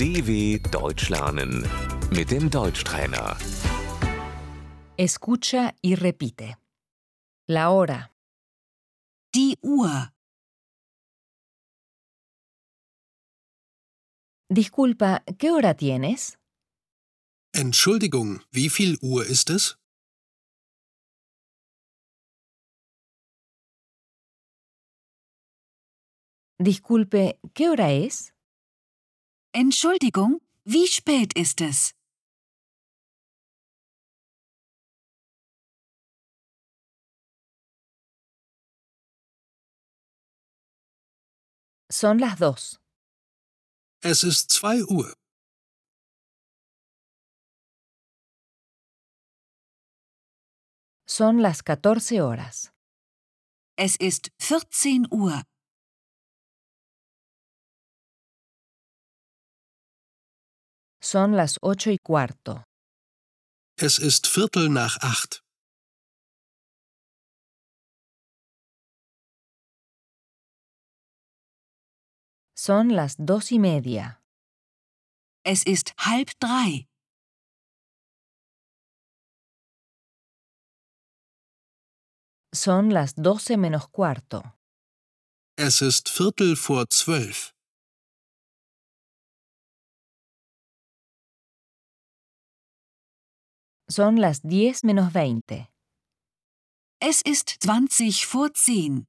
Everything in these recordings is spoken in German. DW Deutsch lernen mit dem Deutschtrainer. Escucha y repite. La hora, Die Uhr. disculpa, ¿qué hora tienes? Entschuldigung, wie viel Uhr ist es? Disculpe, ¿qué hora es? Entschuldigung, wie spät ist es? Son las dos. Es ist zwei Uhr. Son las 14 horas. Es ist 14 Uhr. Son las ocho y cuarto. Es ist Viertel nach acht. Son las dos y media. Es ist halb drei. Son las doce menos cuarto. Es ist Viertel vor zwölf. Son las diez menos veinte. Es ist 20 vor 10.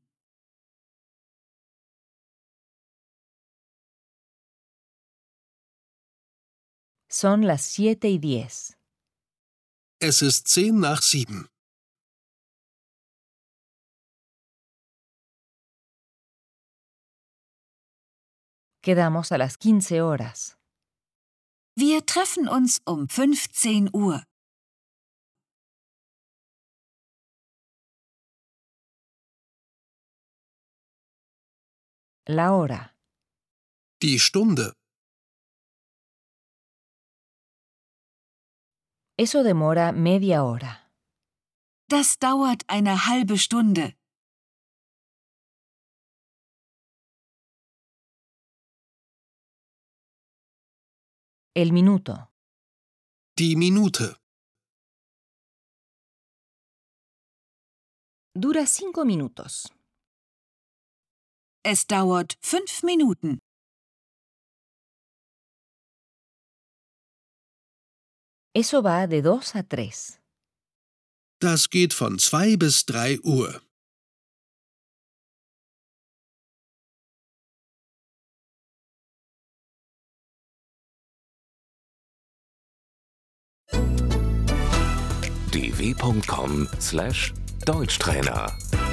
Son las siete y diez. Es ist zehn nach sieben. Quedamos a las 15 horas. Wir treffen uns um 15 Uhr. La hora, Die Stunde. eso demora media hora. Das dauert eine halbe Stunde. El minuto, Die Minute. dura cinco minutos. Es dauert fünf Minuten. Eso va de 2 a 3. Das geht von zwei bis drei Uhr. dw.com/deutschtrainer